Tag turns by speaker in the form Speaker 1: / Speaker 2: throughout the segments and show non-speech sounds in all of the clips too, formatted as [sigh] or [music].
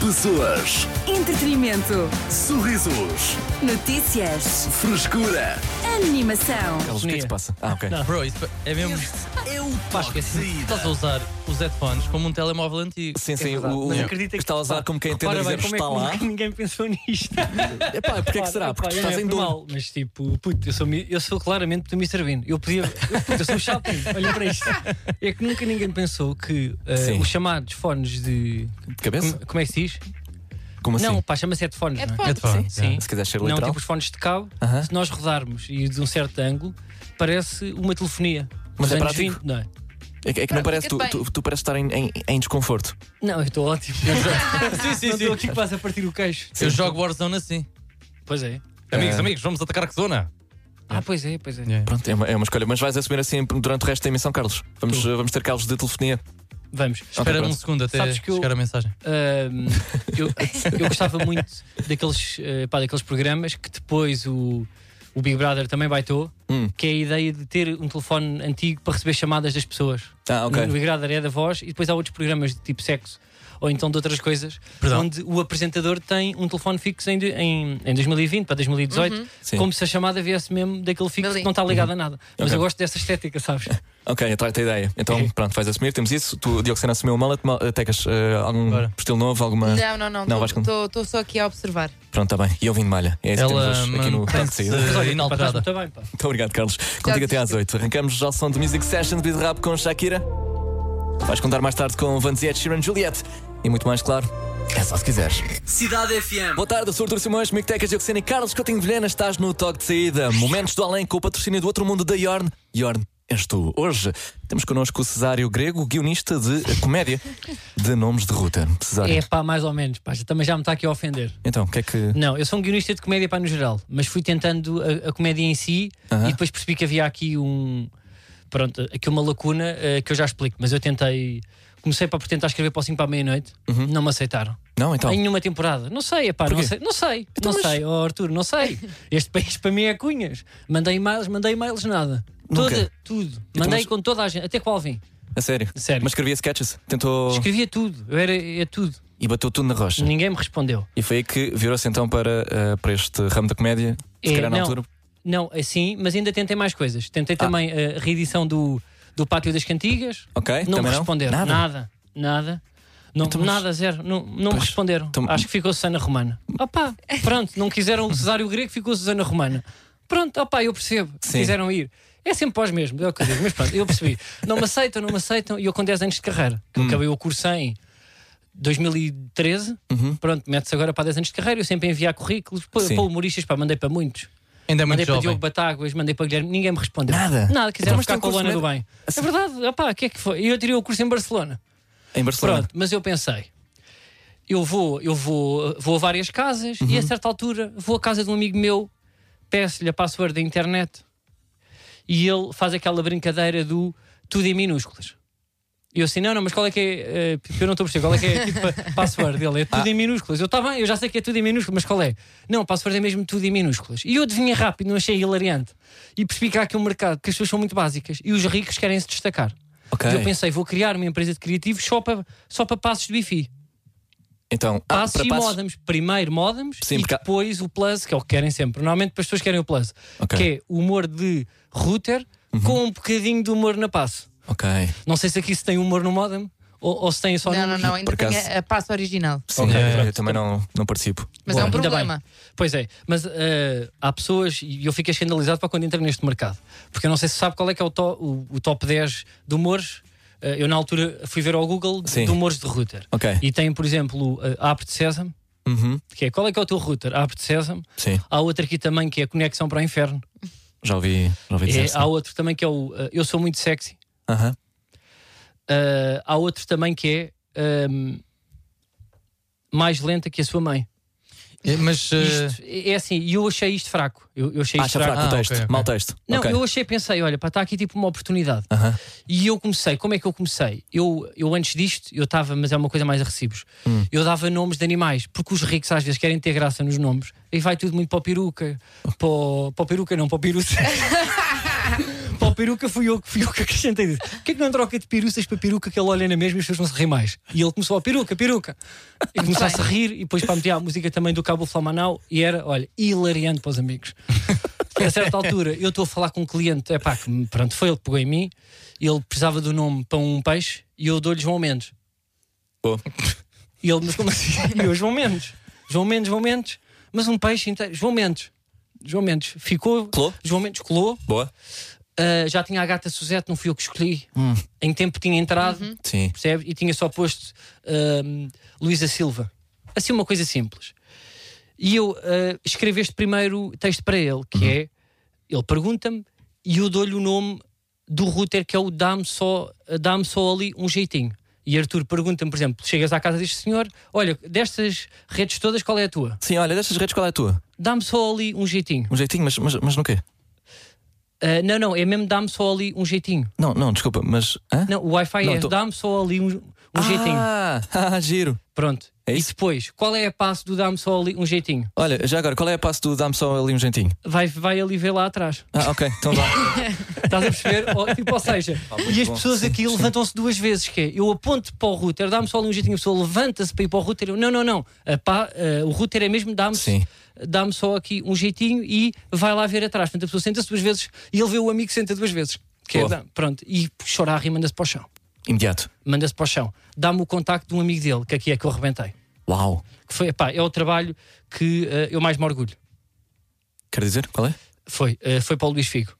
Speaker 1: Pessoas,
Speaker 2: Entretenimento.
Speaker 1: sorrisos,
Speaker 2: Notícias.
Speaker 1: frescura.
Speaker 2: Animação.
Speaker 3: Carlos, o que é que se passa? Ah, ok.
Speaker 4: Bro, isso é mesmo.
Speaker 1: É o
Speaker 4: Pá,
Speaker 1: toque
Speaker 5: assim,
Speaker 1: de
Speaker 4: esquece. Estás a
Speaker 1: vida.
Speaker 4: usar os headphones como um telemóvel antigo.
Speaker 3: Sim, sim,
Speaker 5: é verdade.
Speaker 3: o, o,
Speaker 5: Mas acredita que-
Speaker 3: está a usar como quem entende
Speaker 5: Ora
Speaker 3: dizer
Speaker 5: bem, como é
Speaker 3: está
Speaker 5: que
Speaker 3: lá.
Speaker 5: nunca [laughs] ninguém pensou nisto?
Speaker 3: Epá, porque é que será? Porque estás em dor.
Speaker 5: mal, mas tipo, puto, eu sou, mi- eu sou claramente do Mr. Bean. Eu podia, eu, puto, eu sou o Chaplin,
Speaker 3: [laughs]
Speaker 5: olha para isto. É que nunca ninguém pensou que eh,
Speaker 3: Sim.
Speaker 5: os chamados fones de.
Speaker 3: De cabeça?
Speaker 5: Como, como é que se diz?
Speaker 3: Como assim?
Speaker 5: Não, pá, chama-se headphones. não é?
Speaker 6: Headphones.
Speaker 4: Headphones,
Speaker 5: Sim.
Speaker 3: Se quiser ser
Speaker 5: Não,
Speaker 3: literal.
Speaker 5: tipo os fones de cabo,
Speaker 3: Aham.
Speaker 5: se nós rodarmos e de um certo ângulo, parece uma telefonia.
Speaker 3: Mas
Speaker 5: Dos
Speaker 3: é
Speaker 5: anos
Speaker 3: prático?
Speaker 5: 20, não é?
Speaker 3: É que, é que não
Speaker 6: Pronto,
Speaker 3: parece, tu,
Speaker 6: fica-te
Speaker 3: tu, tu pareces estar em, em, em desconforto.
Speaker 5: Não, eu estou
Speaker 3: [laughs]
Speaker 5: ótimo.
Speaker 4: Sim,
Speaker 5: Não
Speaker 4: sim,
Speaker 5: estou aqui
Speaker 4: sim.
Speaker 5: que vais a partir o queixo.
Speaker 4: Eu jogo Warzone assim.
Speaker 5: Pois é.
Speaker 4: Amigos,
Speaker 3: É.
Speaker 4: amigos, vamos atacar que zona?
Speaker 5: Ah, pois é, pois é.
Speaker 3: Pronto, é uma, é uma escolha. Mas vais assumir assim durante o resto da emissão, Carlos. Vamos, eh, vamos ter Carlos de telefonia.
Speaker 5: Vamos.
Speaker 4: Espera um
Speaker 3: pronto.
Speaker 4: segundo até
Speaker 5: Sabes que eu-
Speaker 4: chegar a mensagem.
Speaker 5: Ahm, eu, eu gostava muito daqueles, eh, pá, daqueles programas que depois o, o Big Brother também baitou,
Speaker 3: Hum.
Speaker 5: que é a ideia de ter um telefone antigo para receber chamadas das pessoas.
Speaker 3: Ah,
Speaker 5: No- No
Speaker 3: ok.
Speaker 5: Big Brother é da voz e depois há outros programas de tipo sexo ou então de outras coisas,
Speaker 4: Perdão.
Speaker 5: onde o apresentador tem um telefone fixo em, de- em, em 2020 para 2018,
Speaker 3: Sim.
Speaker 5: como se a chamada viesse mesmo daquele fixo
Speaker 6: Dali.
Speaker 5: que não está ligado a nada. Mas
Speaker 3: Ok.
Speaker 5: eu gosto dessa estética, sabes?
Speaker 3: Ok, atrai-te a ideia. Então, pronto, vais assumir. Temos isso. Tu, Diocesano, assumiu o mallet. Mal- eh, Tecas, eh, algum
Speaker 4: Bora.
Speaker 3: estilo novo? Alguma.
Speaker 6: Não, não, não.
Speaker 3: Não, vais com-
Speaker 6: Estou só aqui a observar.
Speaker 3: Pronto, está bem. E ouvindo malha. É isso
Speaker 4: Ela
Speaker 3: que
Speaker 4: hum,
Speaker 3: temos hoje aqui no Tanto
Speaker 4: mantém-se
Speaker 3: Saída.
Speaker 5: Mas olha, pá, estás
Speaker 4: [laughs] inalterada.
Speaker 5: muito bem, pá.
Speaker 3: Muito obrigado, Carlos. Contigo até às
Speaker 6: desistiu.
Speaker 3: 8. Arrancamos já o som de Music Session de Beat Rap com Shakira. Vais contar mais tarde com Van Ziet, Sheeran, Juliette. E muito mais, claro. É só se quiseres.
Speaker 1: Cidade FM.
Speaker 3: Boa tarde, eu sou o Artur Simões, Mictecas de Oxena e Carlos Coutinho de Vilhena. Estás no Toque de Saída. Momentos do Além com o patrocínio do Outro Mundo da Yorn. Yorn, és tu. Hoje temos connosco o Cesário Grego, guionista de eh, comédia de Nomes de Ruta. Cesário.
Speaker 5: É pá, mais ou menos, pá, já- também já me está aqui a ofender.
Speaker 3: Então, o que é que.
Speaker 5: Não, eu sou um guionista de comédia para no geral, mas fui tentando a, a comédia em si
Speaker 3: Aham.
Speaker 5: e depois percebi que havia aqui um pronto, aqui uma lacuna eh, que eu já explico, mas eu tentei comecei para por tentar escrever para o 5 para a meia-noite, não me aceitaram.
Speaker 3: Não, Uhum. então.
Speaker 5: Em nenhuma temporada. Não sei, epá, não
Speaker 3: Porquê? Então,
Speaker 5: sei, não sei, não sei, oh, Arthur, não
Speaker 3: [laughs]
Speaker 5: sei. Este país para mim é cunhas. Mandei e-mails, mandei e-mails nada.
Speaker 3: Nunca.
Speaker 5: Toda, tudo.
Speaker 3: Então,
Speaker 5: Mandei
Speaker 3: mas-
Speaker 5: com toda a gente, até qual vim.
Speaker 3: A sério.
Speaker 5: Sério.
Speaker 3: Mas escrevia sketches. Tentou.
Speaker 5: Escrevia tudo, eu era é tudo.
Speaker 3: E bateu tudo na rocha.
Speaker 5: Ninguém me respondeu.
Speaker 3: E foi aí que virou-se então para, eh, para este ramo da comédia. Se
Speaker 5: É,
Speaker 3: calhar na
Speaker 5: não.
Speaker 3: altura.
Speaker 5: Não, assim, mas ainda tentei mais coisas. Tentei
Speaker 3: Ah.
Speaker 5: também eh, a reedição do, do Pátio das Cantigas.
Speaker 3: Ok,
Speaker 5: Não me
Speaker 3: também não?
Speaker 5: responderam.
Speaker 3: Nada? Então,
Speaker 5: nada. nada. Não, nada, zero. Não, não me
Speaker 3: Pois,
Speaker 5: responderam.
Speaker 3: então-
Speaker 5: Acho que ficou Susana Romana.
Speaker 3: [laughs]
Speaker 5: Opá, pronto, não quiseram o Cesário Grego, ficou Susana Romana. Pronto, opá, eu percebo.
Speaker 3: Sim.
Speaker 5: Quiseram ir. É sempre pós mesmo, é o que eu digo. Mas pronto, eu percebi. Não me aceitam, não me aceitam. E eu com 10 anos de carreira,
Speaker 3: Hum.
Speaker 5: que acabei o curso em 2013, pronto, mete-se agora para 10 anos de carreira. Eu sempre enviar currículos para,
Speaker 3: Uhum. Sim.
Speaker 5: para humoristas, pá, mandei para muitos.
Speaker 4: Ainda é
Speaker 5: Mandei
Speaker 4: muito
Speaker 5: para Diogo
Speaker 4: jovem.
Speaker 5: Batáguas, mandei para Guilherme, ninguém me respondeu.
Speaker 3: Nada?
Speaker 5: Nada,
Speaker 3: Então,
Speaker 5: quiseram
Speaker 3: mas
Speaker 5: ficar
Speaker 3: tem
Speaker 5: com a
Speaker 3: um curso
Speaker 5: Lona do
Speaker 3: de-
Speaker 5: Bem. É verdade, opá, o que é que foi? Eu tirei o curso em Barcelona.
Speaker 3: Em Barcelona.
Speaker 5: Pronto, mas eu pensei, eu vou, eu vou, vou a várias casas e a certa altura vou à casa de um amigo meu, peço-lhe a password da internet e ele faz aquela brincadeira do tudo em minúsculas. E eu assim, não, não, mas qual é que é? eh, porque eu não estou a perceber, qual é que é tipo, a password dele? É tudo em minúsculas. Eu, está bem, eu já sei que é tudo em minúsculas, mas qual é? Não, a password é mesmo tudo em minúsculas. E eu adivinhei rápido, não achei hilariante. E percebi que há aqui um mercado que as pessoas são muito básicas e os ricos querem se destacar.
Speaker 3: Ok.
Speaker 5: E eu pensei, vou criar uma empresa de criativos só para, só para passos de Wi-Fi.
Speaker 3: Então, ah,
Speaker 5: Passos
Speaker 3: para
Speaker 5: e
Speaker 3: passos-
Speaker 5: modems. Primeiro modems
Speaker 3: Sim,
Speaker 5: e
Speaker 3: porque há-
Speaker 5: depois o plus, que é o que querem sempre. Normalmente as pessoas querem o plus,
Speaker 3: Ok. Uhum.
Speaker 5: que é o humor de router com um bocadinho de humor na passe.
Speaker 3: Ok.
Speaker 5: Não sei se aqui se tem humor no modem ou, ou se tem só
Speaker 6: Não,
Speaker 5: no. [laughs]
Speaker 6: não, não. Ainda
Speaker 3: Por
Speaker 6: tenho
Speaker 3: acaso-
Speaker 6: a, a passa original.
Speaker 3: Sim,
Speaker 4: Ok,
Speaker 3: eu- eu,
Speaker 4: pronto.
Speaker 3: também não, não participo.
Speaker 6: Mas
Speaker 5: Boa,
Speaker 6: é um
Speaker 5: ainda bem.
Speaker 6: problema.
Speaker 5: Pois é, mas eh, há pessoas, e eu fiquei escandalizado para quando entrei neste mercado, porque eu não sei se sabe qual é que é o, to- o- o top 10 de humores. Eh, eu, na altura, fui ver ao Google de,
Speaker 3: Sim.
Speaker 5: de humores de router.
Speaker 3: Ok.
Speaker 5: E tem, por exemplo, eh, a Abre de Sésamo,
Speaker 3: Uhum.
Speaker 5: que é qual é que é o teu router? Abre de Sésamo.
Speaker 3: Sim,
Speaker 5: Há outra aqui também que é a Conexão para o Inferno.
Speaker 3: já ouvi, já ouvi dizer
Speaker 5: É,
Speaker 3: isso.
Speaker 5: há outro também que é o eh, Eu Sou Muito Sexy.
Speaker 3: Aham.
Speaker 5: Ah, há outro também que é ahm, Mais Lenta que a Sua Mãe.
Speaker 4: É, Mas. eh,
Speaker 5: Isto, é assim, e eu achei isto fraco. Eu, eu achei isto
Speaker 3: Acha
Speaker 5: fraco.
Speaker 3: fraco o
Speaker 4: Ah,
Speaker 3: texto,
Speaker 4: ok, ok.
Speaker 3: mau texto.
Speaker 5: Não,
Speaker 3: Ok.
Speaker 5: eu achei, pensei, olha, pá, está aqui tipo uma oportunidade.
Speaker 3: Aham.
Speaker 5: E eu comecei, como é que eu comecei? Eu, eu antes disto, eu estava, mas é uma coisa mais a recibos,
Speaker 3: Hum.
Speaker 5: eu dava nomes de animais, porque os ricos às vezes querem ter graça nos nomes,
Speaker 3: [laughs]
Speaker 5: e vai tudo muito para o peruca, para o, para o peruca, não, para o piruça. para o peruca fui eu, que- fui eu que acrescentei isso. Porquê que não é troca de peruças para peruca que ele olha na mesma e as pessoas vão se rir mais? E ele começou a peruca, peruca. E começou a se rir e depois para meter a música também do Cabo Flamanau e era, olha, hilariante para os amigos. E a certa altura eu estou a falar com um cliente, é pá, que me- pronto, foi ele que pegou em mim, ele precisava do nome para um peixe e eu dou-lhe João Mendes.
Speaker 3: Pô.
Speaker 5: E ele, mas como assim? E eu, João Mendes, João Mendes, João Mendes, mas um peixe inteiro, João Mendes. João Mendes ficou,
Speaker 3: Colou?
Speaker 5: João Mendes colou,
Speaker 3: Boa.
Speaker 5: Uh, já tinha a gata Suzete, não fui eu que escolhi.
Speaker 3: Hum.
Speaker 5: Em tempo tinha entrado,
Speaker 3: Sim.
Speaker 5: percebe? E tinha só posto um, Luísa Silva. Assim, uma coisa simples. E eu uh, escrevo este primeiro texto para ele, que
Speaker 3: Uhum.
Speaker 5: é: ele pergunta-me e eu dou-lhe o nome do router, que é o Dá-me só, dá só ali um jeitinho. E Arthur pergunta-me, por exemplo, chegas à casa deste senhor, olha, destas redes todas, qual é a tua?
Speaker 3: Sim, olha, destas redes qual é a tua?
Speaker 5: Dá-me só ali um jeitinho.
Speaker 3: Um jeitinho, mas, mas, mas no quê?
Speaker 5: Uh, não, não, é mesmo dá-me só ali um jeitinho.
Speaker 3: Não, não, desculpa, mas. Hã?
Speaker 5: Não, o Wi-Fi
Speaker 3: Não,
Speaker 5: é
Speaker 3: tô-
Speaker 5: dá-me só ali um, um
Speaker 3: ah,
Speaker 5: jeitinho.
Speaker 3: Ah, [laughs] giro.
Speaker 5: Pronto.
Speaker 3: É
Speaker 5: e
Speaker 3: isso?
Speaker 5: depois, qual é a passo do dá-me só ali um jeitinho?
Speaker 3: Olha, já agora, qual é a passo do dá-me só ali um jeitinho?
Speaker 5: Vai, vai ali ver lá atrás.
Speaker 3: Ah, ok, então vá.
Speaker 5: [laughs] Estás a perceber? Ou, tipo, ou seja, e as
Speaker 3: bom.
Speaker 5: pessoas aqui levantam-se duas vezes. Que é, eu aponto para o router, dá-me só ali um jeitinho. A pessoa levanta-se para ir para o router. Eu, não, não, não. A pá- eh, o router é mesmo dá-me
Speaker 3: Sim.
Speaker 5: dá-me só aqui um jeitinho e vai lá ver atrás. Portanto, a pessoa senta-se duas vezes e ele vê o amigo senta duas vezes. Que é,
Speaker 3: Boa.
Speaker 5: dá- pronto. E chora a rir, manda-se para o chão.
Speaker 3: Imediato.
Speaker 5: Manda-se para o chão. Dá-me o contacto de um amigo dele, que aqui é que eu arrebentei.
Speaker 3: Uau.
Speaker 5: que foi, epá, é o trabalho que eh, eu mais me orgulho.
Speaker 3: Quer dizer, qual é?
Speaker 5: Foi, eh, foi para o Luís Figo.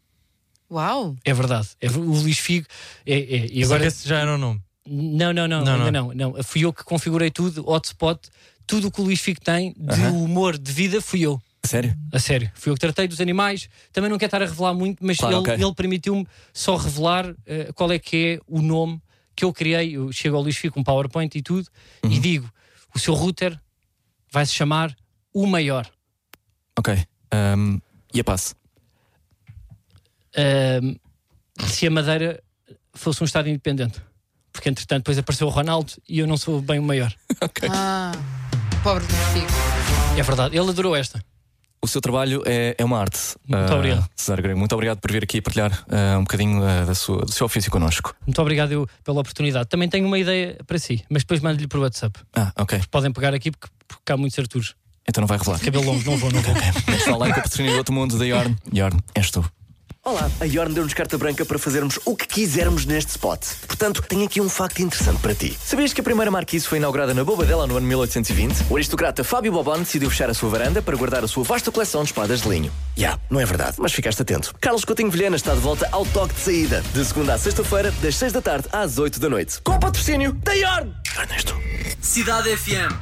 Speaker 6: Uau!
Speaker 5: É verdade. É, ver- o Luís Figo. É, é, e
Speaker 4: Agora
Speaker 5: agora.
Speaker 4: esse já era o nome.
Speaker 5: Não, não, não,
Speaker 4: Não,
Speaker 5: ainda não. não. Fui eu que configurei tudo, hotspot, tudo o que o Luís Figo tem de humor, de vida, fui eu.
Speaker 3: Sério?
Speaker 5: A sério. Fui eu que tratei dos animais. Também não quero estar a revelar muito, mas
Speaker 3: Claro,
Speaker 5: ele,
Speaker 3: ok.
Speaker 5: ele permitiu-me só revelar eh, qual é que é o nome que eu criei. Eu chego ao Luís Figo com um PowerPoint e tudo e digo: o seu router vai se chamar o maior.
Speaker 3: Ok. Ahm, e a passo?
Speaker 5: Ahm, se a Madeira fosse um Estado independente. Porque, entretanto, depois apareceu o Ronaldo e eu não sou bem o maior.
Speaker 6: Ah, pobre do
Speaker 5: [laughs]
Speaker 6: Figo.
Speaker 5: É verdade, ele adorou esta.
Speaker 3: O seu trabalho é, é uma arte.
Speaker 5: Muito
Speaker 3: Ah,
Speaker 5: obrigado.
Speaker 3: Cesar Grego, muito obrigado por vir aqui partilhar ah, um bocadinho ah, da sua, do seu ofício connosco.
Speaker 5: Muito obrigado eu pela oportunidade. Também tenho uma ideia para si, mas depois mando-lhe por WhatsApp.
Speaker 3: Ah, ok.
Speaker 5: Podem pegar aqui porque, porque há muitos Arturos.
Speaker 3: Então não vai revelar. [laughs]
Speaker 5: Cabelo longo, não [laughs] vou, não vou.
Speaker 3: Vamos falar com a patrocínio do outro mundo da Yorn. Yorn, és tu.
Speaker 1: Olá, a Yorn deu-nos carta branca para fazermos o que quisermos neste spot. Portanto, tenho aqui um facto interessante para ti. Sabias que a primeira marquise foi inaugurada na Bobadela no ano 1820? O aristocrata Fábio Bobon decidiu fechar a sua varanda para guardar a sua vasta coleção de espadas de linho. Já, não é verdade, mas ficaste atento. Carlos Coutinho Vilhena está de volta ao toque de saída, de segunda à sexta-feira, das 6 da tarde às 8 da noite. Com o patrocínio da Yorn! Ernesto. Cidade FM.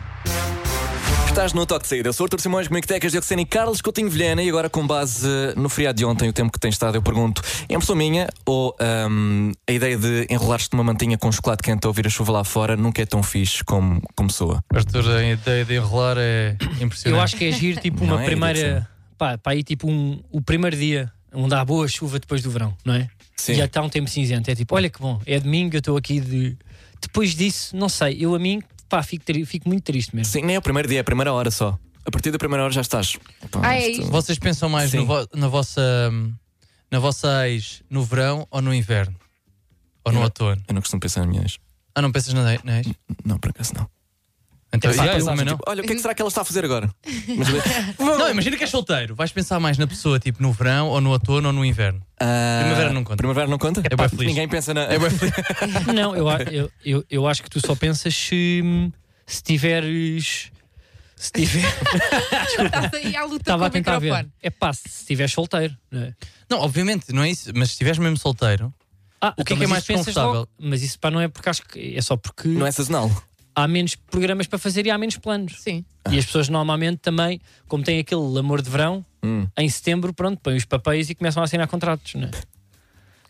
Speaker 3: Estás no toque de saída. Eu sou Artur Simões, comigo Tecas, Diocesano e Carlos Coutinho Vilhena. E agora, com base eh, no feriado de ontem, o tempo que tem estado, eu pergunto: é impressão minha ou ahm, a ideia de enrolar-te numa mantinha com chocolate quente a ouvir a chuva lá fora nunca é tão fixe como, como soa?
Speaker 4: Arthur, a ideia de enrolar é impressionante.
Speaker 5: Eu acho que é agir tipo
Speaker 3: Não
Speaker 5: uma
Speaker 3: é,
Speaker 5: primeira.
Speaker 3: Edson?
Speaker 5: Pá, pá, aí tipo um, o primeiro dia, onde há boa chuva depois do verão, não é?
Speaker 3: Sim.
Speaker 5: E está um tempo cinzento. É tipo, olha que bom, é domingo, eu estou aqui de. Depois disso, não sei, eu a mim, pá, fico, tri- fico muito triste mesmo.
Speaker 3: Sim, nem é o primeiro dia, é a primeira hora só. A partir da primeira hora já estás. Epá,
Speaker 6: Ah, é
Speaker 3: isto-
Speaker 6: isto?
Speaker 4: Vocês pensam mais
Speaker 3: Sim.
Speaker 4: no vo- na vossa hum, na vossa ex no verão ou no inverno? Ou no
Speaker 3: Eu-
Speaker 4: outono?
Speaker 3: Eu não costumo pensar em minhas.
Speaker 4: Ah, não pensas na, na ex?
Speaker 3: Não, por acaso não.
Speaker 4: Então,
Speaker 3: Pá,
Speaker 4: yeah, eu
Speaker 3: pensava,
Speaker 4: também não.
Speaker 3: tipo, "Oh!" Olha, o que é que será que ela está a fazer agora?
Speaker 6: [laughs]
Speaker 3: Mas- eh,
Speaker 4: Não, imagina que és solteiro. Vais pensar mais na pessoa tipo no verão ou no outono ou no inverno.
Speaker 3: Ah,
Speaker 4: Primavera não conta.
Speaker 3: Primavera não conta?
Speaker 4: É
Speaker 3: Epá,
Speaker 4: bué feliz.
Speaker 3: Ninguém pensa na. [laughs]
Speaker 5: Não, eu, a- eu, eu, eu acho que tu só pensas se, se tiveres. Se
Speaker 6: [laughs]
Speaker 5: tiver.
Speaker 6: Estás aí à luta
Speaker 5: Estava a
Speaker 6: com o
Speaker 5: tentar ver.
Speaker 6: microfone.
Speaker 5: É pá, se estiveres solteiro, não é?
Speaker 4: Não, obviamente, não é isso. Mas se estiveres mesmo solteiro,
Speaker 5: Ah,
Speaker 4: O que
Speaker 5: então,
Speaker 4: é que é
Speaker 5: mas
Speaker 4: mais
Speaker 5: isso pensas
Speaker 4: desconfortável?
Speaker 5: logo. Mas isso pá, não é porque acho que é só porque
Speaker 3: Não é sazonal.
Speaker 5: há menos programas para fazer e há menos planos.
Speaker 6: Sim.
Speaker 5: E as pessoas normalmente também, como têm aquele amor de verão,
Speaker 4: Hum.
Speaker 5: em setembro, pronto, põem os papéis e começam a assinar contratos, não é?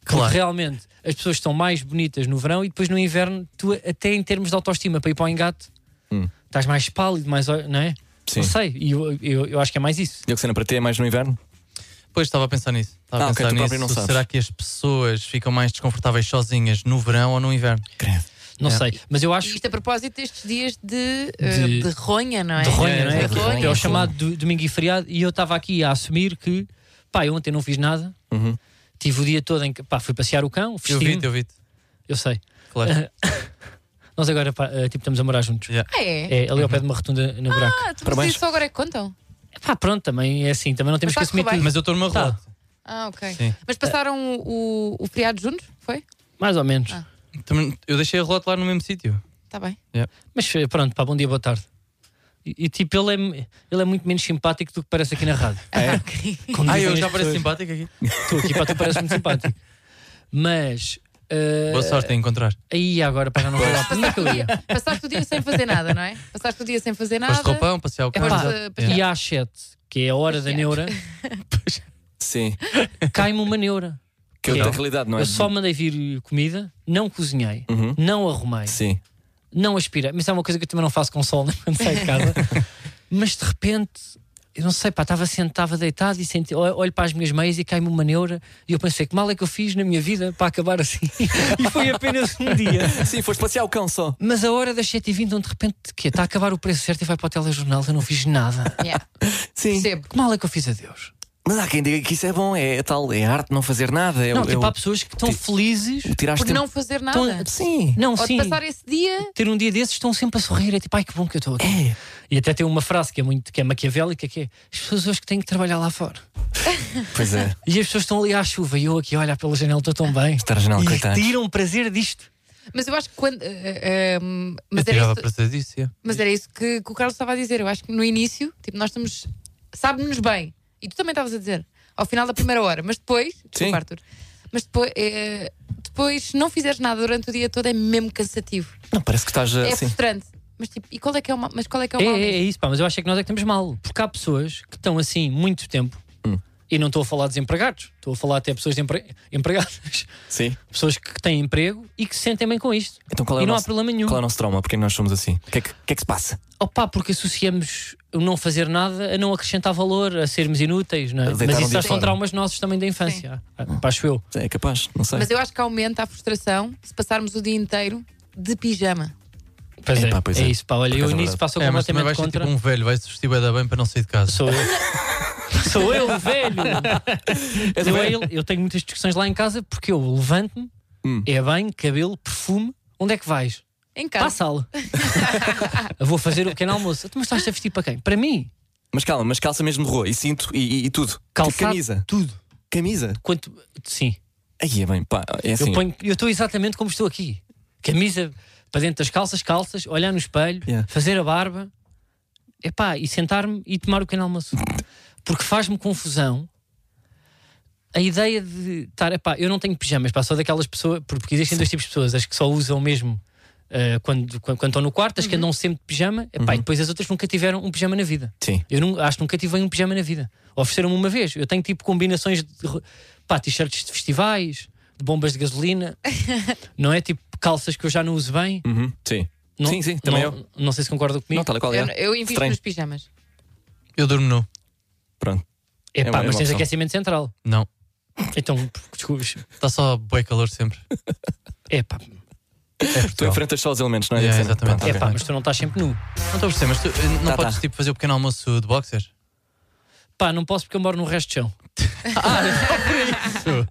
Speaker 5: Porque realmente as pessoas estão mais bonitas no verão e depois no inverno, tu, até em termos de autoestima, para ir para o engate,
Speaker 4: Hum.
Speaker 5: estás mais pálido, mais. ol- não é?
Speaker 3: Sim.
Speaker 5: Não sei, e eu, eu, eu acho que é mais isso.
Speaker 3: Diocesano, para ti é mais no inverno?
Speaker 4: Pois estava a pensar nisso. Estava
Speaker 3: Ah,
Speaker 4: a
Speaker 3: ok,
Speaker 4: pensar
Speaker 3: tu próprio
Speaker 4: nisso.
Speaker 3: não sabes.
Speaker 4: Será que as pessoas ficam mais desconfortáveis sozinhas no verão ou no inverno?
Speaker 3: Credo.
Speaker 5: Não
Speaker 4: É.
Speaker 5: sei, mas eu
Speaker 6: E
Speaker 5: acho.
Speaker 6: isto a propósito destes dias de, eh,
Speaker 5: De-
Speaker 6: de... de ronha, não é?
Speaker 5: De ronha, não é?
Speaker 6: De
Speaker 5: Que
Speaker 6: ronha.
Speaker 5: é o chamado do- domingo e feriado, e eu estava aqui a assumir que, pá, eu ontem não fiz nada, Tive o dia todo em que pá, fui passear o cão,
Speaker 4: Uhum. Eu vi-te,
Speaker 5: vesti
Speaker 4: eu vi-te.
Speaker 5: eu sei.
Speaker 4: Claro.
Speaker 5: Ah, Nós agora pá, eh, tipo, estamos a morar juntos.
Speaker 4: Yeah.
Speaker 6: Ah, é?
Speaker 5: É ali ao pé de uma rotunda no buraco.
Speaker 6: Ah, tu
Speaker 3: Parabéns.
Speaker 6: Parabéns. isso agora é que contam.
Speaker 5: Pá, pronto, também é assim, também não temos que
Speaker 6: Mas tá a
Speaker 5: assumir
Speaker 6: correr
Speaker 5: tudo.
Speaker 4: Mas eu estou no meu
Speaker 5: Tá.
Speaker 4: relato.
Speaker 6: Ah, ok.
Speaker 4: Sim.
Speaker 6: Mas passaram o, o feriado juntos? Foi?
Speaker 5: Mais ou menos.
Speaker 6: Ah.
Speaker 4: Também- Eu deixei o relato lá no mesmo sítio.
Speaker 6: Está Tá bem.
Speaker 5: Mas eh, pronto, pá, bom dia, boa tarde. E, e, tipo, ele é, ele é muito menos simpático do que parece aqui na rádio.
Speaker 6: [laughs] Ah, ok.
Speaker 5: Como
Speaker 4: Ah,
Speaker 5: dizem
Speaker 4: eu
Speaker 5: as
Speaker 4: já pareço
Speaker 5: Um pessoas.
Speaker 4: simpático aqui.
Speaker 5: Tu aqui, pá, tu parece muito simpático. Mas. eh,
Speaker 4: Boa sorte em encontrar.
Speaker 5: Aí agora, para já não vou lá. Onde é que eu ia?
Speaker 6: Passaste o dia sem fazer nada, não é? Passaste o dia sem fazer nada.
Speaker 4: Foste de roupão, passear o carro.
Speaker 5: Pá,
Speaker 6: eh,
Speaker 4: Yeah.
Speaker 5: E às 7, que é a hora da neura,
Speaker 3: Sim.
Speaker 5: cai-me uma neura.
Speaker 3: Que é
Speaker 5: Eu-
Speaker 3: outra realidade, não é?
Speaker 5: Eu só mandei vir comida, não cozinhei,
Speaker 3: Uhum.
Speaker 5: não arrumei,
Speaker 3: Sim.
Speaker 5: não aspirei. Mas isso é uma coisa que eu também não faço com sol [laughs] né, quando saio de casa. Mas de repente, eu não sei, pá, estava sentado, estava deitado e senti, ol- olho para as minhas meias e cai-me uma neura. E eu pensei, que mal é que eu fiz na minha vida para acabar assim? [laughs] e foi apenas um dia.
Speaker 3: Sim, foste passear o cão só.
Speaker 5: Mas a hora das 7h20, onde de repente quê? está a acabar o preço certo e vai para o telejornal, eu não fiz nada.
Speaker 6: yeah,
Speaker 3: Sim.
Speaker 6: Percebo.
Speaker 5: Que mal é que eu fiz a Deus?
Speaker 3: Mas há quem diga que isso é bom, é, é tal, é arte não fazer nada. É,
Speaker 5: não,
Speaker 3: o- é
Speaker 5: tipo,
Speaker 3: o-
Speaker 5: há pessoas que estão
Speaker 3: ti-
Speaker 5: felizes.
Speaker 3: o tiraste
Speaker 6: Por
Speaker 3: tempo.
Speaker 6: não fazer nada.
Speaker 5: Estão, sim. Então, Não,
Speaker 6: Ou de
Speaker 5: sim.
Speaker 6: passar esse dia.
Speaker 5: ter um dia desses estão sempre a sorrir. É tipo, ai que bom que eu estou aqui.
Speaker 3: É.
Speaker 5: E até tem uma frase que é muito que é maquiavélica, que é as pessoas hoje que têm que trabalhar lá fora.
Speaker 3: Pois é,
Speaker 5: E as pessoas estão ali à chuva e eu aqui a olhar pela janela, estou tão bem.
Speaker 3: estar janela,
Speaker 5: E
Speaker 3: coitado.
Speaker 5: tiram prazer disto.
Speaker 6: Mas eu acho que quando. eh, eh, hum,
Speaker 4: Eu
Speaker 6: mas,
Speaker 5: é
Speaker 6: era
Speaker 4: tirava
Speaker 6: isso,
Speaker 4: para ser disso, yeah.
Speaker 6: mas era isso que, que o Carlos estava a dizer. Eu acho que no início, tipo, nós estamos. Sabe-nos bem. E tu também estavas a dizer. Ao final da primeira hora. Mas depois. Desculpa,
Speaker 3: Sim.
Speaker 6: Arthur. Mas depois. eh, depois, se não fizeres nada durante o dia todo, é mesmo cansativo.
Speaker 3: Não, parece que estás
Speaker 6: É
Speaker 3: assim.
Speaker 6: frustrante. Mas tipo, e qual é que é o mal? Mas qual é que é o
Speaker 5: É,
Speaker 6: mal?
Speaker 5: é,
Speaker 6: mesmo?
Speaker 5: é isso, pá, mas eu acho é que nós é que estamos mal. Porque há pessoas que estão assim muito tempo.
Speaker 3: Hum.
Speaker 5: E não estou a falar de desempregados, estou a falar até pessoas de empre... empregadas, [laughs]
Speaker 3: Sim.
Speaker 5: pessoas que têm emprego e que se sentem bem com isto.
Speaker 3: Então qual é,
Speaker 5: E
Speaker 3: o
Speaker 5: não há
Speaker 3: nosso,
Speaker 5: problema nenhum.
Speaker 3: qual é o nosso trauma? Porque é que nós somos assim? O que é que, o que é que se passa?
Speaker 5: Opa, porque associamos o não fazer nada a não acrescentar valor, a sermos inúteis, não é?
Speaker 3: A deitar
Speaker 5: Mas
Speaker 3: um
Speaker 5: isso
Speaker 3: dia
Speaker 5: já são
Speaker 3: fora.
Speaker 5: traumas nossos também da infância. Ah, Pá, acho eu.
Speaker 3: É capaz, não sei.
Speaker 6: Mas eu acho que aumenta a frustração se passarmos o dia inteiro de pijama.
Speaker 5: Pois é,
Speaker 3: Epá, pois
Speaker 5: é
Speaker 3: é.
Speaker 5: isso, pá. Olha,
Speaker 3: Por acaso
Speaker 5: eu
Speaker 3: é
Speaker 5: nisso
Speaker 3: verdade.
Speaker 5: passo
Speaker 4: É, mas também
Speaker 5: completamente
Speaker 4: vais ser
Speaker 5: contra.
Speaker 4: tipo um velho, vais vestir bem da bem para não sair de casa.
Speaker 5: Sou eu.
Speaker 3: [laughs]
Speaker 5: Sou eu o velho.
Speaker 3: um
Speaker 5: eu, é ele- eu tenho muitas discussões lá em casa porque eu levanto-me,
Speaker 3: Hum.
Speaker 5: é banho, cabelo, perfume. Onde é que vais?
Speaker 6: Em
Speaker 5: Para a
Speaker 6: casa.
Speaker 5: sala. Eu Vou fazer o pequeno almoço. Tu Mas estás a vestir para quem? Para mim.
Speaker 3: Mas calma, mas calça mesmo de rua e cinto e, e- e tudo. Tipo
Speaker 5: Calçado,
Speaker 3: Camisa.
Speaker 5: Tudo.
Speaker 3: Camisa.
Speaker 5: Quanto... Sim.
Speaker 3: Aí é bem, pá, é assim.
Speaker 5: Eu ponho- eu estou exatamente como estou aqui. Camisa para dentro das calças, calças, olhar no espelho,
Speaker 3: Yeah.
Speaker 5: fazer a barba, epá, e sentar-me e tomar o pequeno
Speaker 3: [laughs]
Speaker 5: almoço. Porque faz-me confusão a ideia de estar, epá, eu não tenho pijamas, pá, só daquelas pessoas, porque existem dois tipos de pessoas, as que só usam mesmo ah, quando, quando, quando estão no quarto, as
Speaker 3: Uhum.
Speaker 5: que andam sempre de pijama, epá, e depois as outras nunca tiveram um pijama na vida.
Speaker 3: Sim.
Speaker 5: Eu não, acho que nunca tive um pijama na vida. Ofereceram-me uma vez. Eu tenho tipo combinações de ro- pá, t-shirts de festivais, de bombas de gasolina,
Speaker 3: [laughs]
Speaker 5: não é? Tipo calças que eu já não uso bem.
Speaker 3: Uhum, Sim.
Speaker 5: Não-
Speaker 3: sim, sim, também
Speaker 5: não,
Speaker 3: eu.
Speaker 5: Não sei se concordam comigo.
Speaker 3: Não, tal e qual é.
Speaker 6: Eu, eu invisto
Speaker 3: Estranho.
Speaker 6: nos pijamas.
Speaker 4: Eu durmo nu.
Speaker 3: Pronto.
Speaker 5: é
Speaker 3: é uma-
Speaker 5: pá,
Speaker 3: é
Speaker 5: mas
Speaker 3: uma
Speaker 5: tens
Speaker 3: opção.
Speaker 5: aquecimento central.
Speaker 4: Não.
Speaker 5: Então, desculpes.
Speaker 4: Está só boi calor sempre.
Speaker 5: É pá,
Speaker 3: Tá
Speaker 4: É
Speaker 3: Tu
Speaker 4: Portugal.
Speaker 3: enfrentas só os elementos, não é?
Speaker 4: Yeah,
Speaker 3: Alexandre?
Speaker 4: exatamente.
Speaker 3: Pronto,
Speaker 5: é
Speaker 3: ok.
Speaker 5: pá, mas tu não estás sempre nu.
Speaker 4: Não estou a perceber, mas tu eh, não
Speaker 3: Tá,
Speaker 4: podes
Speaker 3: tá.
Speaker 4: tipo fazer o pequeno almoço de boxers?
Speaker 5: Pá, não posso porque eu moro no resto de chão.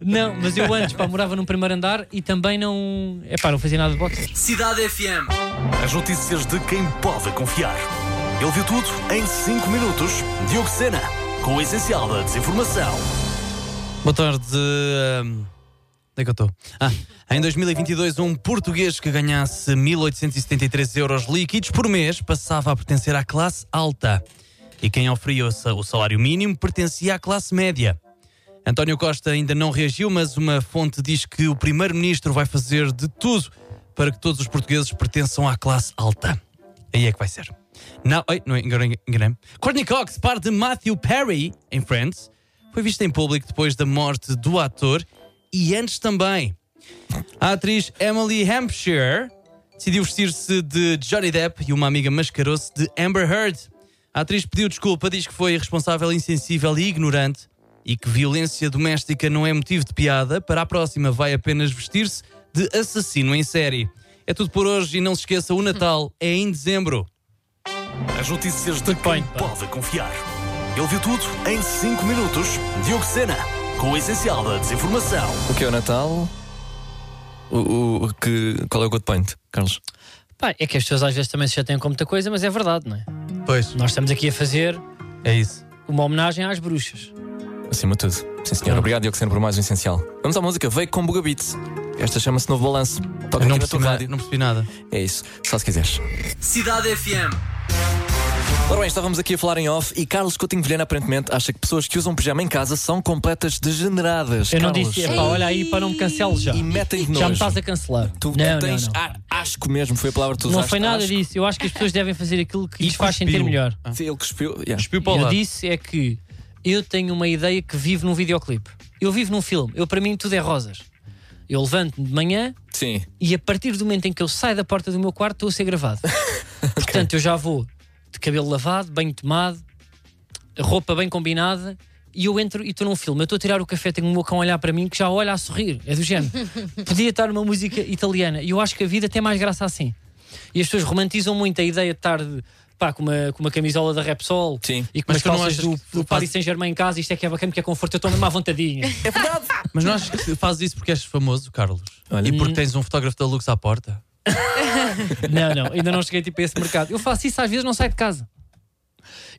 Speaker 5: não, mas eu antes, pá, morava num primeiro andar e também não. É pá, não fazia nada de boxe.
Speaker 1: Cidade FM.
Speaker 7: As notícias de quem pode confiar. Ele viu tudo em 5 minutos. Diogo Sena, com o essencial da desinformação.
Speaker 4: Boa tarde. ahm, Onde é que eu estou? Ah, em 2022, um português que ganhasse 1.873 euros líquidos por mês passava a pertencer à classe alta. E quem oferia o sa- o salário mínimo pertencia à classe média. António Costa ainda não reagiu, mas uma fonte diz que o primeiro-ministro vai fazer de tudo para que todos os portugueses pertençam à classe alta. Aí é que vai ser. Não, oi, não é, enganei- enganei-me. Courtney Cox, par de Matthew Perry, em Friends, foi vista em público depois da morte do ator e antes também. A atriz Emily Hampshire decidiu vestir-se de Johnny Depp e uma amiga mascarou-se de Amber Heard. A atriz pediu desculpa, diz que foi irresponsável, insensível e ignorante e que violência doméstica não é motivo de piada. Para a próxima, vai apenas vestir-se de assassino em série. É tudo por hoje e não se esqueça: o Natal é em dezembro.
Speaker 7: As notícias de quem
Speaker 5: bem, pá.
Speaker 7: pode confiar. Ele viu tudo em 5 minutos. Diogo Sena, com o essencial da desinformação.
Speaker 3: O que é o Natal? O, o- o que, qual é o good point, Carlos?
Speaker 5: Pá, é que as pessoas às vezes também se chateiam com muita coisa, mas é verdade, não é?
Speaker 4: Pois,
Speaker 5: Nós estamos aqui a fazer
Speaker 4: é isso.
Speaker 5: uma homenagem às bruxas.
Speaker 3: Acima de tudo. Sim, senhor. Obrigado, Dioxeno, por mais um essencial. Vamos à música. Veio com Buga Beats. Esta chama-se Novo Balanço. Toca
Speaker 4: Eu não
Speaker 3: aqui na tua
Speaker 4: percebi, nada,
Speaker 3: rádio.
Speaker 4: não percebi nada.
Speaker 3: É isso. Só se quiseres.
Speaker 1: Cidade FM.
Speaker 3: Ora bem, estávamos aqui a falar em off e Carlos Coutinho Vilhena aparentemente acha que pessoas que usam pijama em casa são completas degeneradas.
Speaker 5: Eu não
Speaker 3: Carlos.
Speaker 5: disse, é pá, olha aí para não me canceles já.
Speaker 3: E metem de
Speaker 5: Já
Speaker 3: nojo.
Speaker 5: me estás a cancelar.
Speaker 3: Tu, tu
Speaker 5: não,
Speaker 3: tens
Speaker 5: não, não.
Speaker 3: ar asco mesmo, foi a palavra que tu
Speaker 5: Não
Speaker 3: usaste,
Speaker 5: foi nada
Speaker 3: asco.
Speaker 5: disso. Eu acho que as pessoas devem fazer aquilo que
Speaker 4: E
Speaker 5: lhes faz
Speaker 4: cuspiu.
Speaker 5: sentir melhor.
Speaker 3: Sim, ele cuspiu. Yeah.
Speaker 4: Cuspiu para o
Speaker 5: Eu
Speaker 4: lado.
Speaker 5: disse é que eu tenho uma ideia que vivo num videoclipe. Eu vivo num filme. Eu para mim tudo é rosas. Eu levanto-me de manhã
Speaker 3: Sim.
Speaker 5: e a partir do momento em que eu saio da porta do meu quarto estou a ser
Speaker 4: [laughs]
Speaker 5: gravado. Portanto, eu já vou de cabelo lavado, bem tomado, roupa bem combinada e eu entro e estou num filme. Eu estou a tirar o café, tenho o meu cão a olhar para mim que já olha a sorrir. É do
Speaker 4: [laughs]
Speaker 5: género. Podia estar numa música italiana e eu acho que a vida tem mais graça assim. E as pessoas romantizam muito a ideia de estar de- pá, com, uma, com uma camisola da Repsol
Speaker 3: Sim.
Speaker 5: e com umas
Speaker 4: Mas tu não
Speaker 5: calças
Speaker 4: achas
Speaker 5: do,
Speaker 4: que
Speaker 5: do
Speaker 4: faz-
Speaker 5: Paris Saint-Germain em casa. Isto é que é bacana, que é conforto. Eu estou mesmo à
Speaker 4: [laughs]
Speaker 5: vontadinha.
Speaker 4: Mas não achas que fazes isso porque és famoso, Carlos?
Speaker 3: Olha.
Speaker 4: E porque tens um fotógrafo da Lux à porta?
Speaker 5: Não, não, ainda não cheguei tipo, a esse mercado. Eu faço isso às vezes, não saio de casa.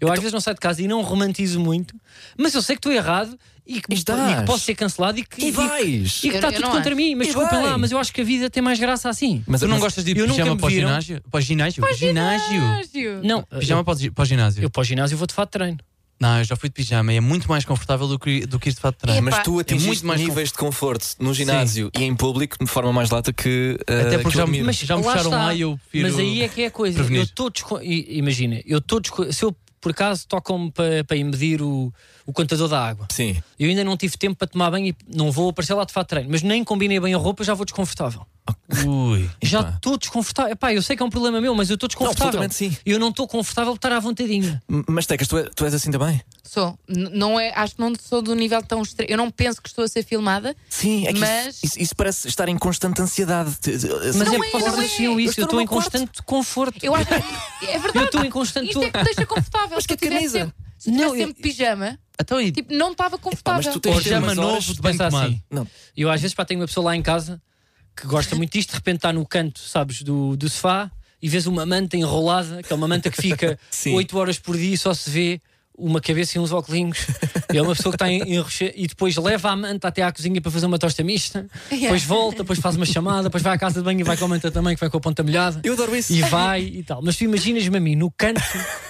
Speaker 5: Eu
Speaker 4: Então-
Speaker 5: às vezes não saio de casa e não romantizo muito, mas eu sei que estou errado e que,
Speaker 3: E
Speaker 5: e
Speaker 3: estás.
Speaker 5: que posso ser cancelado e que,
Speaker 3: E
Speaker 5: e que-
Speaker 3: vais.
Speaker 5: e que está
Speaker 6: Eu- eu
Speaker 5: tudo
Speaker 6: não
Speaker 5: contra
Speaker 6: acho.
Speaker 5: mim. Mas
Speaker 3: E
Speaker 5: desculpem
Speaker 3: vai.
Speaker 5: lá, mas eu acho que a vida tem mais graça assim.
Speaker 3: Mas
Speaker 4: Tu não
Speaker 3: mas-
Speaker 4: gostas de ir
Speaker 5: eu
Speaker 4: de
Speaker 5: nunca
Speaker 4: pijama
Speaker 5: me
Speaker 4: para o
Speaker 5: viram.
Speaker 4: ginásio? Para o ginásio? Ginásio?
Speaker 5: Não,
Speaker 4: Pijama
Speaker 5: eu,
Speaker 4: para o gi- para o ginásio?
Speaker 5: eu para o ginásio vou de fato de treino.
Speaker 4: Não, eu já fui de pijama e é muito mais confortável do que, do que ir de fato de
Speaker 6: É,
Speaker 4: treino.
Speaker 3: Mas
Speaker 6: Epá,
Speaker 3: tu
Speaker 4: é
Speaker 3: atingiste
Speaker 4: muito mais
Speaker 3: níveis de conforto no ginásio e em público de forma mais lata que. eh,
Speaker 4: Até
Speaker 3: que
Speaker 4: porque
Speaker 3: eu
Speaker 4: já, me-
Speaker 3: admiro.
Speaker 4: mas já me
Speaker 5: lá
Speaker 4: puxaram
Speaker 5: está.
Speaker 4: lá e eu prefiro.
Speaker 5: Mas aí é que é a coisa.
Speaker 4: prevenir.
Speaker 5: Eu estou desco- i- Imagina, eu estou desco- Se eu por acaso tocam-me para, para ir medir o, o contador da água,
Speaker 3: Sim.
Speaker 5: eu ainda não tive tempo para tomar banho e não vou aparecer lá de fato de treino, mas nem combinei bem a roupa, já vou desconfortável.
Speaker 4: Ui.
Speaker 5: Já
Speaker 3: Epá.
Speaker 5: estou desconfortável. Epá, eu sei que é um problema meu, mas eu estou desconfortável.
Speaker 3: absolutamente sim.
Speaker 5: Eu não estou confortável de estar à vontadinha.
Speaker 3: M- Mas Tecas, tu, é- tu és assim também?
Speaker 6: Sou. N- Não é, acho que não sou do nível tão extremo. Eu não penso que estou a ser filmada.
Speaker 3: Sim, é que
Speaker 6: Mas-
Speaker 3: isso, isso- isso parece estar em constante ansiedade. Te- te-
Speaker 5: Mas
Speaker 3: assim-
Speaker 5: é porque
Speaker 6: é,
Speaker 5: vocês
Speaker 6: não é.
Speaker 5: associam
Speaker 3: Eu
Speaker 5: isso.
Speaker 3: estou
Speaker 5: Eu estou
Speaker 3: numa
Speaker 5: em constante conforto.
Speaker 6: Eu acho que é
Speaker 5: [laughs] Eu
Speaker 6: verdade.
Speaker 5: estou em constante.
Speaker 6: Isto é que me deixa confortável.
Speaker 3: Mas
Speaker 6: Se eu
Speaker 3: que
Speaker 6: tivesse
Speaker 3: camisa?
Speaker 6: sempre- Se eu tivesse
Speaker 5: Não, eu-
Speaker 6: sempre de pijama,
Speaker 4: Então e
Speaker 6: tipo, não estava confortável.
Speaker 3: mas tu
Speaker 4: o
Speaker 3: tens de
Speaker 4: pijama
Speaker 3: umas horas
Speaker 4: novo de bem
Speaker 5: Pensa
Speaker 4: tomado?
Speaker 5: assim.
Speaker 3: Não.
Speaker 5: Eu às vezes pá, tenho uma pessoa lá em casa que gosta muito disto, de repente está no canto, sabes, do, do sofá e vês uma manta enrolada, que é uma manta que fica
Speaker 3: [laughs] Sim.
Speaker 5: 8 horas por dia e só se vê uma cabeça e uns óculos. É uma pessoa que está em, em roche- e depois leva a manta até à cozinha para fazer uma tosta mista, depois volta, depois faz uma chamada, depois vai à casa de banho e vai com a manta também, que vai com a ponta molhada.
Speaker 3: Eu adoro isso.
Speaker 5: é- E vai e tal. Mas tu imaginas-me a mim no canto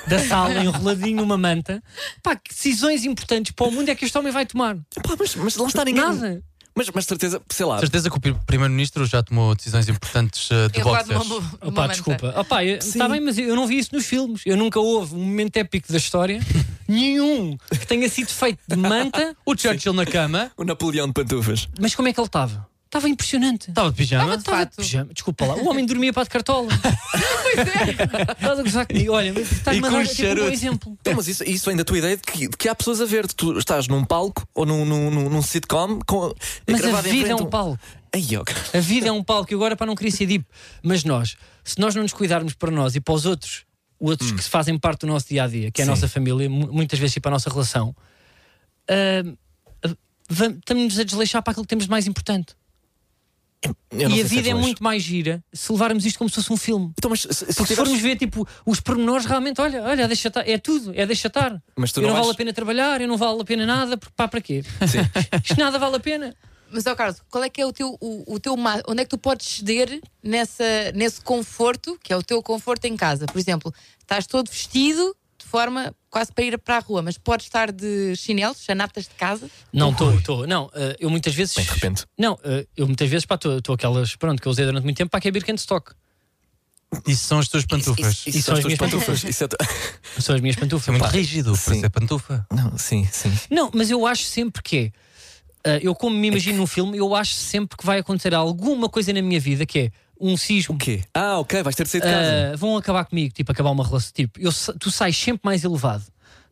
Speaker 5: da sala, enroladinho numa manta, pá, que decisões importantes para o mundo é que este homem vai tomar?
Speaker 3: Pá, mas, mas lá está ninguém.
Speaker 5: Nada.
Speaker 3: Mas, mas de certeza, sei lá.
Speaker 4: certeza que o pri- primeiro-ministro já tomou decisões importantes eh, de
Speaker 6: Enrolado numa,
Speaker 4: boxers.
Speaker 5: Opa,
Speaker 6: numa manta.
Speaker 5: desculpa. Opa, eu-
Speaker 3: Sim.
Speaker 5: tá bem, mas eu não vi isso nos filmes. Eu nunca houve um momento épico da história, nenhum, que tenha sido feito de manta.
Speaker 4: O Churchill na cama
Speaker 3: O Napoleão de pantufas.
Speaker 5: Mas como é que ele estava? Estava impressionante.
Speaker 4: estava de pijama.
Speaker 6: Estava de fato.
Speaker 5: Pijama, Desculpa lá, o homem dormia para de
Speaker 6: [laughs]
Speaker 5: cartola.
Speaker 6: é.
Speaker 5: Estás a gozar comigo? Olha, mas
Speaker 4: E
Speaker 5: estás-me a
Speaker 4: com
Speaker 5: dar
Speaker 4: um
Speaker 5: tipo, um bom
Speaker 4: charuto.
Speaker 5: exemplo.
Speaker 3: Então, mas isso, isso vem da tua ideia de que, de que há pessoas a ver. Tu estás num palco ou num, num, num, num sitcom com.
Speaker 5: Mas a
Speaker 3: gravado em
Speaker 5: vida
Speaker 3: frente
Speaker 5: é
Speaker 3: a
Speaker 5: um palco.
Speaker 3: Ai, ó, cara.
Speaker 5: A vida é um palco. E agora, para não querer ser deep, mas nós, se nós não nos cuidarmos para nós e para os outros, outros que fazem parte do nosso dia a dia, que é a
Speaker 3: Hum. Sim.
Speaker 5: nossa família, mu- muitas vezes e para a nossa relação, ah, ah, vam- estamos a desleixar para aquilo que temos de mais importante.
Speaker 3: Eu não
Speaker 5: e
Speaker 3: sei
Speaker 5: a
Speaker 3: se
Speaker 5: vida é
Speaker 3: tu és.
Speaker 5: muito mais gira se levarmos isto como se fosse um filme.
Speaker 3: Então, mas se, se
Speaker 5: Porque se
Speaker 3: tiveres-
Speaker 5: formos ver tipo, os pormenores, realmente, olha, olha, deixa estar, é tudo, é deixa estar.
Speaker 3: Mas tu
Speaker 5: eu
Speaker 3: não
Speaker 5: não,
Speaker 3: vais-
Speaker 5: vale a pena trabalhar, eu não vale a pena nada, porque pá, para quê?
Speaker 3: Sim.
Speaker 5: [laughs] Isto nada vale a pena.
Speaker 6: Mas, ó Carlos, qual é que é o teu, o, o teu ma- onde é que tu podes ceder nessa, nesse conforto, que é o teu conforto em casa? Por exemplo, estás todo vestido de forma quase para ir para a rua, mas podes estar de chinelos, chanatas de casa.
Speaker 5: Não, estou, estou. Não, ah, eu muitas vezes.
Speaker 3: Bem, de repente.
Speaker 5: Não, eh, eu muitas vezes, pá, estou aquelas, pronto, que eu usei durante muito tempo para que é Birkenstock.
Speaker 4: Isso são as tuas pantufas.
Speaker 3: Isso, são
Speaker 5: são
Speaker 3: as
Speaker 5: as
Speaker 3: tuas
Speaker 5: minhas
Speaker 3: pantufas. Isso é tu- [laughs]
Speaker 5: São as minhas pantufas.
Speaker 4: É muito
Speaker 5: pá.
Speaker 4: rígido para
Speaker 3: Sim.
Speaker 4: ser pantufa.
Speaker 3: Não, sim, sim.
Speaker 5: Não, mas eu acho sempre que é. eh, eu, como me
Speaker 3: É
Speaker 5: imagino num filme, eu acho sempre que vai acontecer alguma coisa na minha vida que é um sismo.
Speaker 3: O quê? Ah, ok, vais ter de sair de casa.
Speaker 5: eh, vão acabar comigo, tipo, acabar uma relação. Tipo, eu sa- tu sais sempre mais elevado.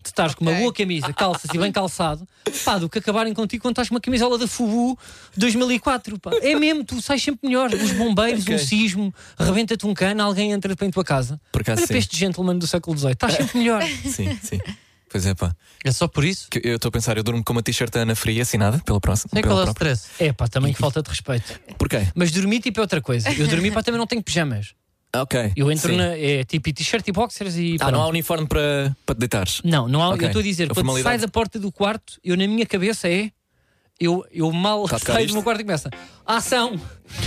Speaker 5: Tu estás com uma
Speaker 6: Ok.
Speaker 5: boa camisa, calças e bem calçado, pá, do que acabarem contigo quando estás com uma camisola da FUBU 2004, pá. É mesmo, tu sais sempre melhor. Os bombeiros, um sismo, rebenta-te um cano, alguém entra para em tua casa.
Speaker 3: Por acaso, sim.
Speaker 5: Olha Ah. para este gentleman do século XVIII, estás sempre melhor.
Speaker 3: Sim, sim. Pois é, pá.
Speaker 4: É só por isso?
Speaker 3: Que Eu estou a pensar, eu durmo com uma t-shirt da Ana Fria assinada pela próxima.
Speaker 4: Sei
Speaker 3: pela
Speaker 4: qual é o
Speaker 3: própria.
Speaker 4: stress.
Speaker 5: É pá, também que falta de respeito.
Speaker 3: Porquê?
Speaker 5: Mas dormir tipo é outra coisa. Eu dormi para também não tenho pijamas.
Speaker 3: Ah, ok.
Speaker 5: Eu entro
Speaker 3: Sim.
Speaker 5: na. É tipo e t-shirt e boxers e.
Speaker 3: Ah, não há
Speaker 5: pronto.
Speaker 3: uniforme para, para te deitares.
Speaker 5: não, não há. um-
Speaker 3: Ok.
Speaker 5: Eu estou a dizer,
Speaker 3: A
Speaker 5: quando
Speaker 3: formalidade.
Speaker 5: sai da porta do quarto, eu na minha cabeça é. Eu, eu mal
Speaker 3: Está a tocar
Speaker 5: saio
Speaker 3: isto?
Speaker 5: do meu quarto e começa. Ação!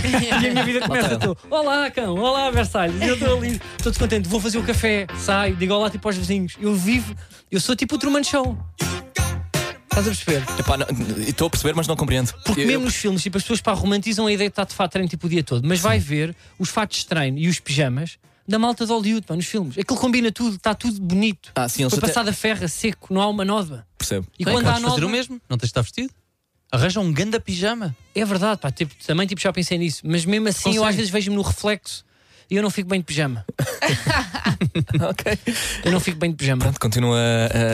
Speaker 5: [laughs] e a minha vida
Speaker 3: Lá
Speaker 5: começa a Olá, cão! Olá, Versalhes! Eu estou ali, estou descontente, vou fazer o café, saio, digo olá tipo aos vizinhos. Eu vivo, eu sou tipo o Truman Show. Estás a perceber?
Speaker 3: Epá, não- Estou a perceber, mas não compreendo.
Speaker 5: Porque
Speaker 3: Eu-
Speaker 5: mesmo nos filmes, tipo, as pessoas pá, romantizam a ideia de estar de fato de treino tipo, o dia todo, mas vai ver os fatos de treino e os pijamas da malta de Hollywood pá, nos filmes. Aquilo combina tudo, está tudo bonito.
Speaker 3: Ah, sim, eles
Speaker 5: Foi
Speaker 3: até-
Speaker 5: passada a ferra, seco, não há uma nódoa.
Speaker 3: Percebo.
Speaker 5: E
Speaker 4: Bem,
Speaker 5: quando há
Speaker 4: podes
Speaker 5: nódoa.
Speaker 4: fazer o mesmo, não tens de estar vestido. Arranja um ganda pijama.
Speaker 5: É verdade, pá, tipo, também tipo, já pensei nisso, mas mesmo assim eu
Speaker 4: Consegue.
Speaker 5: às vezes vejo-me no reflexo e eu não fico bem de pijama.
Speaker 3: Ah, ok.
Speaker 5: Eu não fico bem de pijama.
Speaker 3: Pronto, continua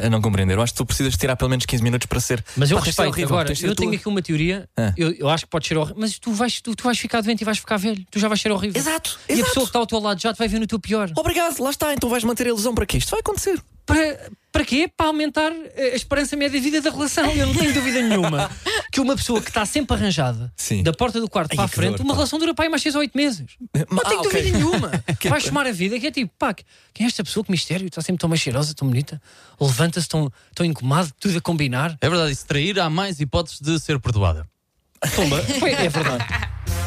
Speaker 3: a, a não compreender. Eu acho que tu precisas tirar pelo menos 15 minutos para ser.
Speaker 5: [laughs] Mas eu
Speaker 3: Pá, tens de ser
Speaker 5: respeito.
Speaker 3: horrível,
Speaker 5: Agora,
Speaker 3: tens de ser
Speaker 5: eu
Speaker 3: tu.
Speaker 5: tenho aqui uma teoria.
Speaker 3: Ah.
Speaker 5: Eu, eu acho que pode ser horrível. Mas tu vais, tu, tu vais ficar doente e vais ficar velho. Tu já vais ser horrível.
Speaker 3: Exato,
Speaker 5: E a
Speaker 3: exato.
Speaker 5: pessoa que está ao teu lado já te vai ver no teu pior.
Speaker 3: Obrigado, lá está, então vais manter a ilusão para quê? Isto vai acontecer.
Speaker 5: Para, para quê? Para aumentar eh, a esperança média de vida da relação. Eu não tenho dúvida [laughs] nenhuma que uma pessoa que está sempre arranjada
Speaker 3: Sim.
Speaker 5: da porta do quarto
Speaker 3: Ai,
Speaker 5: para a
Speaker 3: que
Speaker 5: frente,
Speaker 3: dor,
Speaker 5: uma
Speaker 3: pá.
Speaker 5: relação dura para aí mais 6 ou 8 meses. Não
Speaker 3: Ah,
Speaker 5: tenho
Speaker 3: ok.
Speaker 5: dúvida nenhuma. [laughs] Vais chamar a vida que é tipo, pá, quem é esta pessoa? Que mistério. Está sempre tão mais cheirosa, tão bonita. Levanta-se tão, tão engomado, tudo a combinar.
Speaker 4: É verdade, e se trair há mais hipóteses de ser perdoada. [laughs]
Speaker 5: Pumba. Foi- É verdade.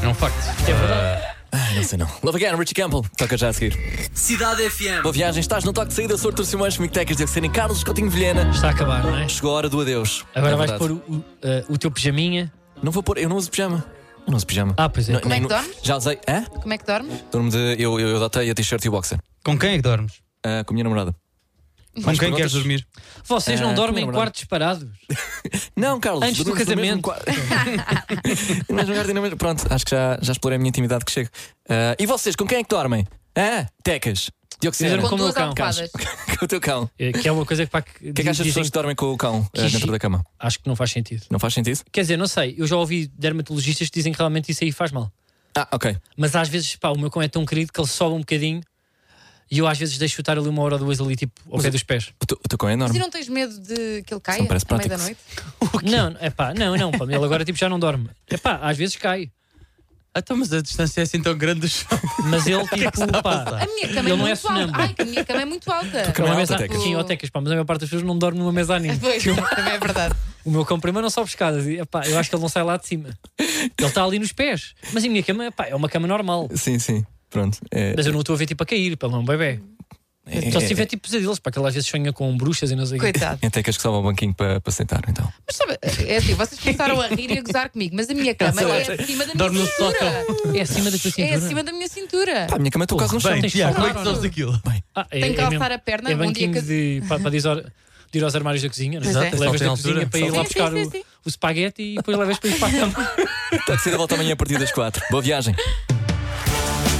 Speaker 4: É um facto.
Speaker 5: É verdade.
Speaker 3: Não sei não. Love Again, Richie Campbell. Toca já a seguir.
Speaker 1: Cidade FM.
Speaker 3: Boa viagem, estás no toque de saída, Sorte Simões, Mictecas de Serem Carlos Coutinho Vilhena.
Speaker 5: Está a acabar, não é?
Speaker 3: Chegou a hora do adeus.
Speaker 5: Agora
Speaker 3: É
Speaker 5: vais
Speaker 3: verdade.
Speaker 5: pôr o, o, eh, o teu pijaminha.
Speaker 3: Não vou pôr, eu não uso pijama. Eu não uso pijama.
Speaker 5: Ah, pois é.
Speaker 3: Não-
Speaker 5: Como
Speaker 6: é que
Speaker 3: não-
Speaker 6: dormes?
Speaker 3: Já usei. Hã?
Speaker 6: Como é que dormes?
Speaker 3: Durmo de. Eu, eu, eu adotei a t-shirt e o boxer.
Speaker 4: Com quem é que dormes?
Speaker 3: Ah, com a minha namorada.
Speaker 4: Com quem
Speaker 3: perguntas?
Speaker 4: queres dormir?
Speaker 5: Vocês não
Speaker 3: Ah,
Speaker 5: dormem em
Speaker 3: namorado.
Speaker 5: quartos parados.
Speaker 3: Não, Carlos.
Speaker 5: Antes do
Speaker 3: dormimos no mesmo
Speaker 5: casamento.
Speaker 3: qua- [laughs] No mesmo quarto e na mesma- Pronto, acho que já, já explorei a minha intimidade que chego. Ah, e vocês, com quem é que dormem? Hã? Tecas. Dioxina.
Speaker 5: Dormo
Speaker 6: Com
Speaker 5: com o meu
Speaker 6: duas
Speaker 5: cão.
Speaker 6: almofadas.
Speaker 3: [laughs] Com o teu cão. O
Speaker 5: Eh, Que é uma coisa que, pá, que,
Speaker 3: que é que achas das pessoas que dormem com o cão ah,
Speaker 5: Que
Speaker 3: dentro
Speaker 5: gi-
Speaker 3: da cama?
Speaker 5: acho que não faz sentido.
Speaker 3: Não faz sentido?
Speaker 5: Quer dizer, não sei, eu já ouvi dermatologistas que dizem que realmente isso aí faz mal.
Speaker 3: Ah, ok.
Speaker 5: Mas às vezes, pá, o meu cão é tão querido que ele sobe um bocadinho e eu às vezes deixo estar ali uma hora ou duas ali, tipo, ao pé dos pés.
Speaker 3: O teu, o teu cão é
Speaker 6: Mas e
Speaker 3: enorme.
Speaker 6: não tens medo de que ele caia
Speaker 3: Isso não parece
Speaker 6: à meia da
Speaker 3: prático.
Speaker 6: noite?
Speaker 5: Não, é pá, não, não, pá, ele agora tipo já não dorme. É pá, às vezes cai.
Speaker 4: Ah, então, mas a distância é assim tão grande do chão.
Speaker 5: Mas ele, tipo, pá,
Speaker 6: A minha cama
Speaker 5: Ele
Speaker 6: é
Speaker 5: não é
Speaker 6: muito alta.
Speaker 5: sonâmbulo.
Speaker 6: Ai, que a minha cama é muito alta.
Speaker 3: Não
Speaker 5: numa
Speaker 3: é
Speaker 5: mesa.
Speaker 3: alta, Tecas.
Speaker 5: Sim, ó, Tecas, pá, mas a maior parte das pessoas não dorme numa mesa anima.
Speaker 6: Pois, [laughs] também é verdade.
Speaker 5: O meu cão primeiro não sobe escadas. E, epá, eu acho que ele não sai lá de cima. Ele está ali nos pés. Mas a minha cama epá, é uma cama normal.
Speaker 3: Sim, sim. Pronto. É,
Speaker 5: Mas eu não o estou a ver tipo a cair, pelo um bebê.
Speaker 3: é,
Speaker 5: Só se tiver
Speaker 3: é,
Speaker 5: tipo pesadelos, para que ele às vezes sonha com bruxas e não sei o quê.
Speaker 6: Coitado.
Speaker 3: é Tecas que sobe ao banquinho para para sentar, então.
Speaker 6: Mas sabe, é assim, vocês começaram a rir e a gozar comigo, mas a minha cama é acima da
Speaker 4: Dorme
Speaker 6: minha
Speaker 4: no
Speaker 6: cintura.
Speaker 5: É acima da tua
Speaker 6: É
Speaker 5: cintura.
Speaker 6: acima da minha cintura.
Speaker 3: Pá, a minha cama estou quase no chão. [laughs]
Speaker 4: Bem,
Speaker 5: tens
Speaker 4: Tiago, como é que
Speaker 6: falar,
Speaker 4: sabes aquilo?
Speaker 5: Ah, é-
Speaker 6: Tem que
Speaker 5: é
Speaker 6: alçar
Speaker 5: mesmo.
Speaker 6: a perna
Speaker 5: É
Speaker 6: um dia
Speaker 5: banquinho
Speaker 6: que-
Speaker 5: de, para, para desor- de ir aos armários da cozinha, não é?
Speaker 6: Exato,
Speaker 5: Exato,
Speaker 6: só
Speaker 5: levas
Speaker 4: tem
Speaker 5: da
Speaker 4: altura.
Speaker 5: cozinha para ir
Speaker 6: Sim,
Speaker 5: lá
Speaker 6: sim,
Speaker 5: buscar
Speaker 6: sim,
Speaker 5: o,
Speaker 6: sim.
Speaker 5: o espaguete e depois levas para ir para a cama.
Speaker 3: Está de saída, volta amanhã a partir das 4. Boa viagem.